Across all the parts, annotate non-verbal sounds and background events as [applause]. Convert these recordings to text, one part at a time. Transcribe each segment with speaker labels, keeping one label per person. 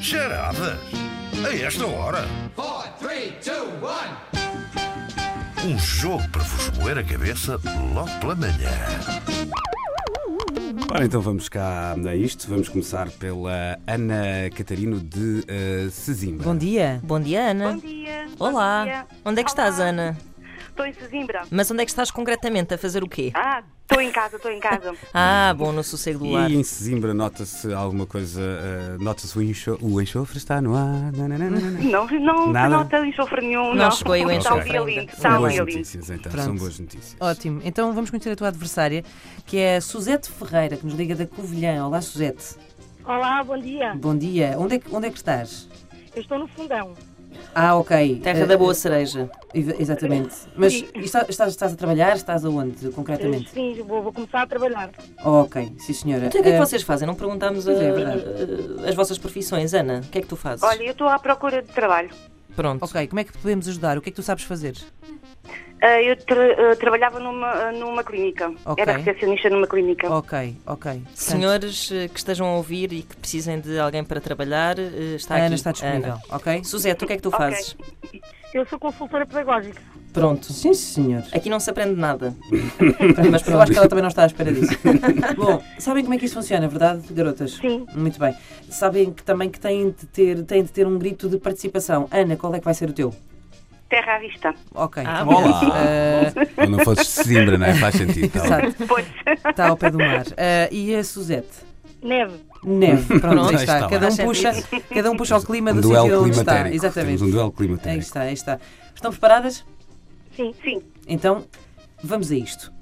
Speaker 1: piadas? A esta hora?
Speaker 2: Four, three, two, one.
Speaker 1: Um jogo para vos moer a cabeça logo pela manhã.
Speaker 3: Ora, então vamos cá a isto. Vamos começar pela Ana Catarino de eh, Sesimbra.
Speaker 4: Bom dia. Bom dia, Ana.
Speaker 5: Bom dia.
Speaker 4: Olá.
Speaker 5: Bom dia.
Speaker 4: Onde é que
Speaker 5: Olá.
Speaker 4: estás, Ana?
Speaker 5: Estou em Sesimbra.
Speaker 4: Mas onde é que estás concretamente? A fazer o quê?
Speaker 5: Ah, estou em casa, estou em casa.
Speaker 4: Ah, bom, no sossego do lar.
Speaker 3: E em Sesimbra nota-se alguma coisa, eh, nota-se o, enxo- o enxofre está no ar. Nananana.
Speaker 5: Não, não,
Speaker 3: Nada?
Speaker 5: não tenho enxofre nenhum. Não,
Speaker 4: chegou aí o
Speaker 5: Está um
Speaker 4: enxofre
Speaker 5: dia
Speaker 4: ainda.
Speaker 5: lindo,
Speaker 3: São
Speaker 5: está um
Speaker 3: boas
Speaker 5: dia lindo.
Speaker 3: notícias, então.
Speaker 4: Pronto.
Speaker 3: São boas notícias.
Speaker 6: Ótimo. Então vamos conhecer a tua adversária, que é a Suzete Ferreira, que nos liga da Covilhã. Olá, Suzete.
Speaker 7: Olá, bom dia.
Speaker 6: Bom dia. Onde é que, onde é que estás?
Speaker 7: Eu estou no fundão.
Speaker 6: Ah, ok.
Speaker 4: Terra
Speaker 6: Eh,
Speaker 4: da boa cereja.
Speaker 6: exa- Exatamente. Mas está- estás, estás a trabalhar? Estás aonde, concretamente?
Speaker 7: Sim, vou, vou começar a trabalhar.
Speaker 6: Oh, ok, sim, senhora.
Speaker 4: Então, o que é que
Speaker 6: Eh,
Speaker 4: vocês fazem? Não perguntámos
Speaker 6: Pois é,
Speaker 4: eh,
Speaker 6: é verdade.
Speaker 4: eh, as vossas profissões, Ana. O que é que tu fazes?
Speaker 5: Olha, eu estou à procura de trabalho.
Speaker 4: Pronto.
Speaker 6: Ok, como é que podemos ajudar? O que é que tu sabes fazer?
Speaker 5: Ah, eu tra- ah, trabalhava numa, numa clínica.
Speaker 6: Ok.
Speaker 5: Era recepcionista numa clínica.
Speaker 4: Oh,
Speaker 6: Ok, ok. Portanto,
Speaker 4: Senhores eh, que estejam a ouvir e que precisem de alguém para trabalhar, eh, está
Speaker 6: a Ana
Speaker 4: aqui.
Speaker 6: está disponível,
Speaker 4: Ana.
Speaker 6: ok?
Speaker 4: Suzete, o que é que tu
Speaker 5: Ok.
Speaker 4: fazes?
Speaker 7: Eu sou consultora pedagógica.
Speaker 4: Pronto.
Speaker 6: Sim, senhor.
Speaker 4: Aqui não se aprende nada.
Speaker 6: Mas eu acho que ela também não está à espera [laughs] disso. Bom, sabem como é que isto funciona, verdade, garotas?
Speaker 7: Sim.
Speaker 6: Muito bem. Sabem que também que têm de ter, têm de ter um grito de participação. Ana, qual é que vai ser o teu?
Speaker 5: Terra à vista.
Speaker 6: Ok.
Speaker 4: Ah,
Speaker 6: tá bom.
Speaker 3: Olá!
Speaker 6: Ah,
Speaker 3: Ou não fosses de Sesimbra, não é? Faz sentido. tá bom.
Speaker 6: Exato,
Speaker 5: Pois.
Speaker 6: está ao pé do mar. Ah, e a Suzete?
Speaker 7: [laughs] Neve.
Speaker 6: [laughs] Neve, pronto, aí
Speaker 4: Pronto,
Speaker 3: está
Speaker 6: está. Cada um,
Speaker 4: lá.
Speaker 6: puxa, cada um puxa o clima
Speaker 3: Um
Speaker 6: do
Speaker 3: duelo
Speaker 6: sítio onde está.
Speaker 3: climatérico. Temos
Speaker 6: Exatamente.
Speaker 3: um duelo
Speaker 6: Aí
Speaker 3: climatérico.
Speaker 6: está, aí está. Estão preparadas?
Speaker 7: Sim.
Speaker 5: Sim.
Speaker 6: Então, vamos a isto.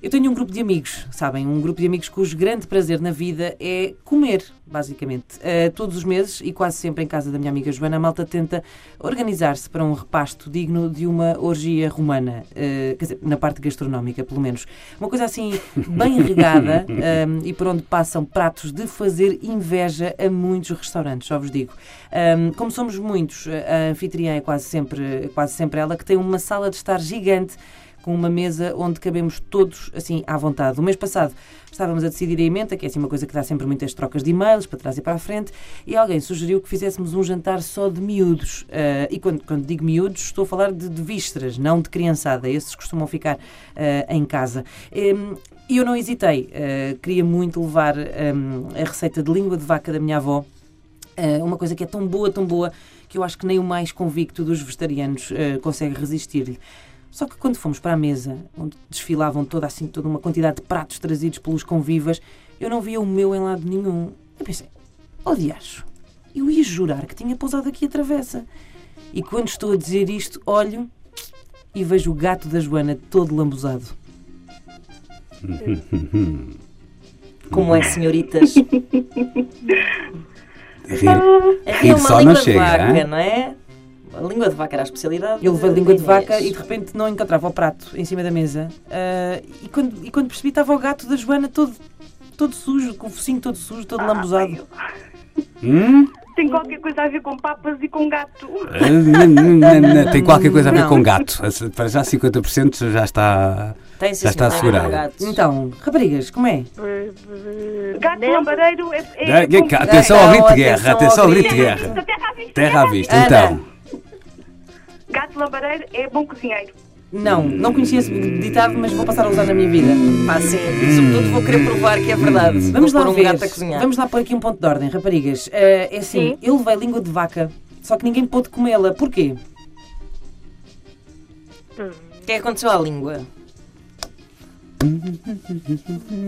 Speaker 6: Eu tenho um grupo de amigos, sabem? Um grupo de amigos cujo grande prazer na vida é comer, basicamente. Eh, todos os meses e quase sempre em casa da minha amiga Joana, a malta tenta organizar-se para um repasto digno de uma orgia romana. eh, quer dizer, na parte gastronómica, pelo menos. Uma coisa assim bem regada ehm, e por onde passam pratos de fazer inveja a muitos restaurantes, já vos digo. Ehm, como somos muitos, a anfitriã é quase sempre, quase sempre ela, que tem uma sala de estar gigante com uma mesa onde cabemos todos assim à vontade. O mês passado estávamos a decidir a emenda, que é assim uma coisa que dá sempre muitas trocas de e-mails para trás e para a frente, e alguém sugeriu que fizéssemos um jantar só de miúdos. Ah, e quando, quando digo miúdos, estou a falar de, de vistras, não de criançada. Esses costumam ficar ah, em casa. Em, E eu não hesitei. Ah, queria muito levar hum, a receita de língua de vaca da minha avó eh, uma coisa que é tão boa, tão boa, que eu acho que nem o mais convicto dos vegetarianos eh, consegue resistir-lhe. Só que quando fomos para a mesa, onde desfilavam toda, assim, toda uma quantidade de pratos trazidos pelos convivas, eu não via o meu em lado nenhum. Eu pensei, oh diacho, eu ia jurar que tinha pousado aqui a travessa. E quando estou a dizer isto, olho e vejo o gato da Joana todo lambuzado.
Speaker 4: Como
Speaker 6: Hum.
Speaker 4: é, senhoritas?
Speaker 6: [laughs] É
Speaker 3: Rir.
Speaker 4: Havia
Speaker 3: Rir
Speaker 4: É uma
Speaker 3: só não
Speaker 4: língua de
Speaker 3: chega,
Speaker 4: vaca,
Speaker 3: hein?
Speaker 4: não é? A língua de vaca era a especialidade. é
Speaker 6: Eu levei a
Speaker 4: da
Speaker 6: língua de
Speaker 4: Inês.
Speaker 6: vaca e de repente não encontrava o prato em cima da mesa. Ah, e, quando, e quando percebi, estava o gato da Joana todo, todo sujo, com o focinho todo sujo, todo
Speaker 4: Ah,
Speaker 6: lambuzado.
Speaker 3: Hum?
Speaker 5: Tem qualquer coisa a ver com papas e com gato.
Speaker 3: Ah, na- na- na- na- Tem qualquer coisa a ver
Speaker 6: Não.
Speaker 3: com gato. Para já 50% já está.
Speaker 4: Tem, sim,
Speaker 3: Já está
Speaker 4: senhora, tem
Speaker 3: assegurado.
Speaker 4: gatos.
Speaker 6: Então, raparigas, como é?
Speaker 5: Gato lambareiro é. é
Speaker 3: Ah, que-
Speaker 5: com-
Speaker 3: Atenção ao grito de
Speaker 6: atenção
Speaker 3: guerra,
Speaker 6: ao
Speaker 3: atenção ao grito
Speaker 6: grito.
Speaker 3: de
Speaker 5: Terra à
Speaker 3: guerra.
Speaker 5: vista, terra à vista.
Speaker 3: Terra à vista,
Speaker 6: Ana.
Speaker 3: então.
Speaker 5: Gato lambareiro é bom cozinheiro.
Speaker 6: Não, não conhecia esse tipo ditado, mas vou passar a usar na minha vida.
Speaker 4: Pá, sim. Sobretudo vou querer provar que é verdade.
Speaker 6: Vamos
Speaker 4: vou
Speaker 6: lá
Speaker 4: pôr um
Speaker 6: ver.
Speaker 4: gato a cozinhar.
Speaker 6: Vamos lá pôr aqui um ponto de ordem, raparigas. Ah, é assim, eu levei língua de vaca, só que ninguém pôde comê-la. Porquê?
Speaker 4: O que é que aconteceu à língua?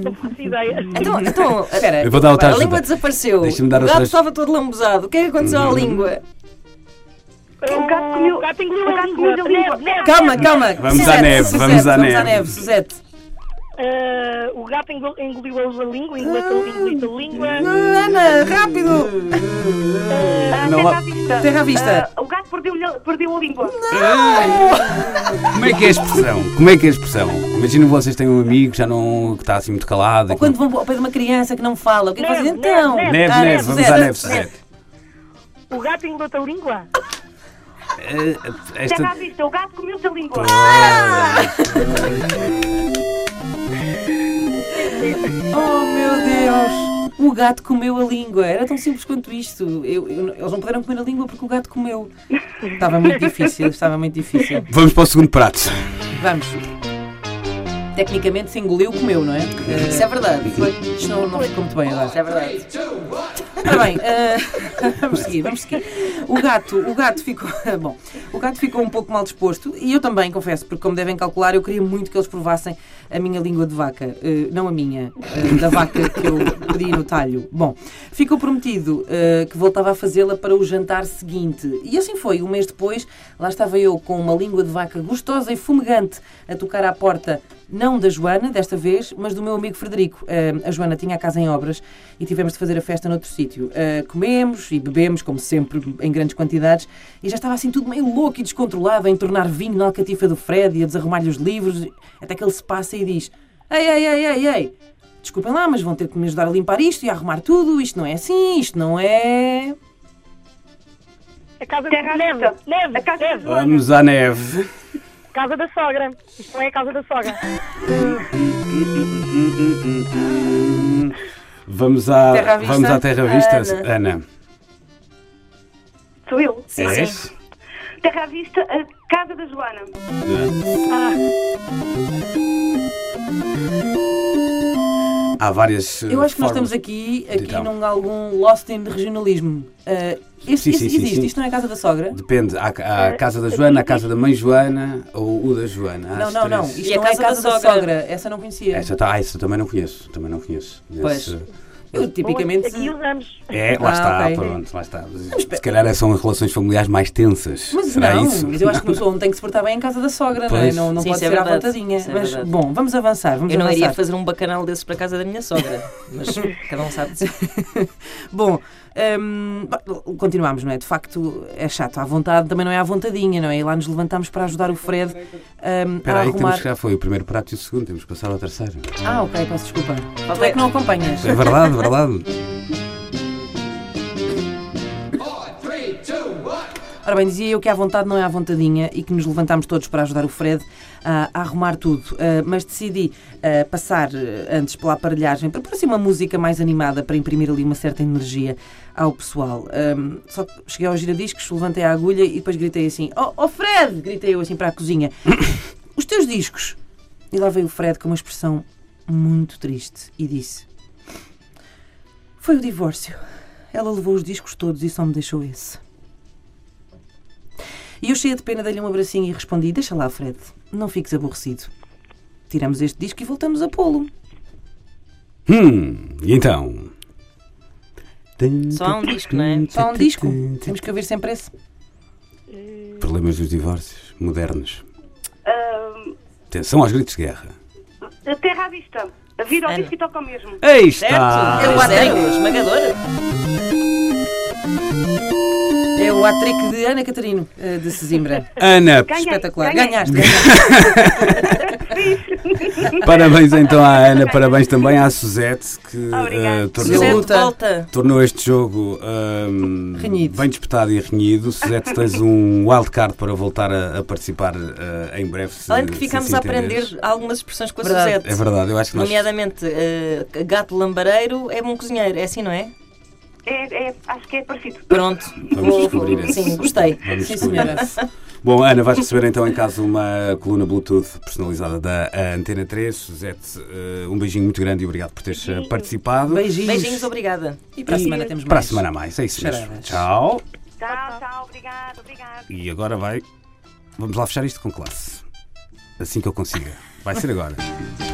Speaker 7: Não faço ideia.
Speaker 5: Um
Speaker 4: Então, [laughs] então
Speaker 6: Espera,
Speaker 3: Eu vou dar outra
Speaker 4: a língua
Speaker 3: ajuda.
Speaker 4: desapareceu.
Speaker 3: Deixa-me dar
Speaker 4: o
Speaker 3: outra Hum.
Speaker 4: gato
Speaker 3: ajuda.
Speaker 4: estava todo lambuzado. O que é que aconteceu à língua?
Speaker 5: O gato comeu-
Speaker 7: O É um gato engoliu
Speaker 5: o
Speaker 7: a
Speaker 5: gato
Speaker 7: língua.
Speaker 5: comeu a língua.
Speaker 7: Neve, neve,
Speaker 6: calma,
Speaker 7: neve.
Speaker 6: calma.
Speaker 3: Vamos à
Speaker 6: Suzete,
Speaker 3: neve,
Speaker 6: Suzete,
Speaker 3: vamos à
Speaker 6: Vamos à
Speaker 3: neve.
Speaker 6: neve, Suzete.
Speaker 7: Ah, o gato engol- engoliu a língua, engoliu a engoliu a língua.
Speaker 6: Ana, rápido!
Speaker 7: Eh,
Speaker 5: Ah,
Speaker 3: Não
Speaker 5: terra
Speaker 3: há-
Speaker 5: à vista.
Speaker 6: Terra à vista.
Speaker 5: Ah, o gato perdeu, perdeu a língua.
Speaker 3: Como é que é a expressão? Como é que é a expressão? Imagino que vocês têm um amigo que já não. que está assim muito calado.
Speaker 6: Ou quando vão ao pé de uma criança que não fala, o que é que
Speaker 7: Neve,
Speaker 6: fazem então?
Speaker 7: neve,
Speaker 3: Neve,
Speaker 6: Ah,
Speaker 3: neve, vamos
Speaker 6: Suzete.
Speaker 3: à neve, Suzete.
Speaker 7: O gato engoliu a língua.
Speaker 3: Eh,
Speaker 5: Terra à
Speaker 3: Esta.
Speaker 5: vista. O gato comeu a língua.
Speaker 6: Oh meu Deus! O gato comeu a língua. Era tão simples quanto isto. Eu- eu- eles não puderam comer a língua porque o gato comeu. Estava
Speaker 7: [laughs]
Speaker 6: muito difícil, estava muito difícil.
Speaker 3: Vamos para o segundo prato.
Speaker 6: Vamos. Tecnicamente se engoliu, comeu, não é? Eh,
Speaker 8: Isso é verdade.
Speaker 6: foi- Isto não, não ficou muito bem agora.
Speaker 8: Isso é verdade.
Speaker 6: Ora bem, eh, vamos seguir, vamos seguir. O gato, o gato ficou, [laughs] bom, o gato ficou um pouco mal disposto e eu também, confesso, porque como devem calcular, eu queria muito que eles provassem a minha língua de vaca, eh, não a minha, eh, da vaca que eu pedi no talho. Bom, ficou prometido eh, que voltava a fazê-la para o jantar seguinte e assim foi. Um mês depois, lá estava eu com uma língua de vaca gostosa e fumegante a tocar à porta não da Joana, desta vez, mas do meu amigo Frederico. Eh, a Joana tinha a casa em obras e tivemos de fazer a festa noutro sítio. Eh, comemos e bebemos, como sempre, em grandes quantidades, e já estava assim tudo meio louco e descontrolado, a entornar vinho na alcatifa do Fred e a desarrumar-lhe os livros, até que ele se passa e diz: Ei, ei, ei, ei, ei! Desculpem lá, mas vão ter que me ajudar a limpar isto e a arrumar tudo. Isto não é assim, isto não é.
Speaker 7: A casa
Speaker 5: Terra à
Speaker 7: de neve.
Speaker 5: vista.
Speaker 7: Neve.
Speaker 5: A casa
Speaker 7: neve.
Speaker 5: de-
Speaker 3: Vamos à neve.
Speaker 7: Casa da sogra. Isto não é a casa da sogra.
Speaker 3: Vamos à
Speaker 6: Terra à vista.
Speaker 3: vamos à Terra à Vista. Ana. é
Speaker 5: Sou eu.
Speaker 3: És? É.
Speaker 5: Terra à vista, a casa da Joana.
Speaker 7: Ah.
Speaker 3: Há várias. eh,
Speaker 6: Eu acho que nós estamos
Speaker 3: formas.
Speaker 6: aqui, aqui
Speaker 3: Então.
Speaker 6: num algum lost in regionalismo. Eh, este, este
Speaker 3: Sim, sim, sim,
Speaker 6: existe,
Speaker 3: sim.
Speaker 6: isto não é a casa da sogra?
Speaker 3: Depende, há, há a casa da Joana, a casa da mãe Joana ou o da Joana. Há
Speaker 6: Não,
Speaker 3: as
Speaker 6: não, não.
Speaker 3: três.
Speaker 6: Isto
Speaker 4: E a
Speaker 6: não é
Speaker 4: casa
Speaker 6: casa,
Speaker 4: da
Speaker 6: da, sogra.
Speaker 4: sogra?
Speaker 6: Essa não conhecia.
Speaker 3: Essa, tá, ah, essa também não conheço, também não conheço.
Speaker 6: Pois.
Speaker 3: Esse-
Speaker 6: Eu tipicamente.
Speaker 7: Aqui usamos.
Speaker 3: É, lá
Speaker 6: Ah,
Speaker 3: está,
Speaker 6: ok.
Speaker 3: pronto, lá está. Se calhar são as relações familiares mais tensas.
Speaker 6: Mas
Speaker 3: Será
Speaker 6: não,
Speaker 3: isso?
Speaker 6: mas eu acho que uma pessoa não tem que se portar bem em casa da sogra, não é?
Speaker 3: Pois.
Speaker 6: Não, não
Speaker 4: Sim,
Speaker 6: pode
Speaker 4: isso é
Speaker 6: ser à
Speaker 4: verdade.
Speaker 6: vontadinha.
Speaker 4: Isso é
Speaker 6: mas
Speaker 4: verdade.
Speaker 6: bom, vamos avançar, vamos
Speaker 4: Eu não
Speaker 6: avançar.
Speaker 4: iria fazer um bacanal desses para casa da minha sogra, mas cada um sabe de si.
Speaker 6: Bom, hum, bom, continuamos, não é? De facto, é chato. À vontade também não é à vontadinha, não é? E lá nos levantamos para ajudar o Fred hum,
Speaker 3: Espera
Speaker 6: a
Speaker 3: aí, que temos
Speaker 6: arrumar.
Speaker 3: que já foi o primeiro prato e o segundo, temos que passar ao terceiro.
Speaker 6: Ah, ok, peço desculpa. Tu é que não acompanhas. [laughs]
Speaker 3: É verdade, verdade.
Speaker 2: Four, three, two, one.
Speaker 6: Ora bem, dizia eu que à vontade não é à vontadinha e que nos levantámos todos para ajudar o Fred ah, a arrumar tudo. Ah, mas decidi ah, passar eh, antes pela aparelhagem para pôr assim uma música mais animada para imprimir ali uma certa energia ao pessoal. Ahm, só que cheguei ao giradiscos, levantei a agulha e depois gritei assim: Oh, oh Fred! Gritei eu assim para a cozinha: Os teus discos! E lá veio o Fred com uma expressão muito triste e disse: Foi o divórcio. Ela levou os discos todos e só me deixou esse. E eu cheia de pena dei-lhe um abracinho e respondi: Deixa lá, Fred, não fiques aborrecido. Tiramos este disco e voltamos a pô-lo.
Speaker 3: Hum, e então?
Speaker 4: Só há um disco, não é?
Speaker 6: Só um disco. Temos que ouvir sempre esse. um-
Speaker 3: Problemas dos divórcios modernos.
Speaker 5: Ah,
Speaker 3: Atenção aos gritos de guerra.
Speaker 5: a terra à vista. Vira ao
Speaker 4: Ana.
Speaker 5: disco e toca o mesmo.
Speaker 3: Aí está!
Speaker 4: Certo? Eu batenho, esmagador.
Speaker 6: É o hat-trick de Ana Catarino, eh, de
Speaker 3: [laughs]
Speaker 6: Sesimbra.
Speaker 3: Ana,
Speaker 5: Ganhei,
Speaker 6: Espetacular.
Speaker 5: ganhei.
Speaker 6: Ganhaste. ganhaste.
Speaker 3: parabéns então à
Speaker 6: [laughs]
Speaker 3: Ana, parabéns também à Suzette que
Speaker 5: Obrigada.
Speaker 3: eh,
Speaker 6: Suzette,
Speaker 3: tornou,
Speaker 4: Suzete,
Speaker 6: luta.
Speaker 4: volta.
Speaker 3: tornou este jogo ahm,
Speaker 6: Renhido.
Speaker 3: bem disputado e renhido. Suzette, tens
Speaker 4: [laughs]
Speaker 3: um wildcard para voltar a, a participar eh, em breve. se-
Speaker 4: Além de que
Speaker 3: se
Speaker 4: ficámos
Speaker 3: assim
Speaker 4: a
Speaker 3: entenderes.
Speaker 4: aprender algumas expressões com a
Speaker 6: Verdade.
Speaker 4: Suzete.
Speaker 3: É verdade, eu acho que nós.
Speaker 4: Nomeadamente, eh, gato lambareiro é bom cozinheiro, é assim, não é?
Speaker 5: É, é, acho que é parecido.
Speaker 4: Pronto.
Speaker 3: Vamos descobrir esse.
Speaker 4: Sim, gostei.
Speaker 3: Vamos
Speaker 6: Sim,
Speaker 3: descobrir.
Speaker 6: senhora.
Speaker 3: Bom, Ana, vais receber então em casa uma coluna Bluetooth personalizada da eh, Antena 3. Suzette, eh, um beijinho muito grande e obrigado por teres eh, participado.
Speaker 6: Beijinhos.
Speaker 4: Beijinhos, obrigada.
Speaker 6: E para a
Speaker 3: E
Speaker 6: semana temos mais.
Speaker 3: Para a semana há mais, é isso mesmo.
Speaker 6: Charadas.
Speaker 3: Tchau.
Speaker 5: Tchau, tchau. Obrigado, obrigado.
Speaker 3: E agora vai. Vamos lá fechar isto com classe. Assim que eu consiga. Vai ser agora.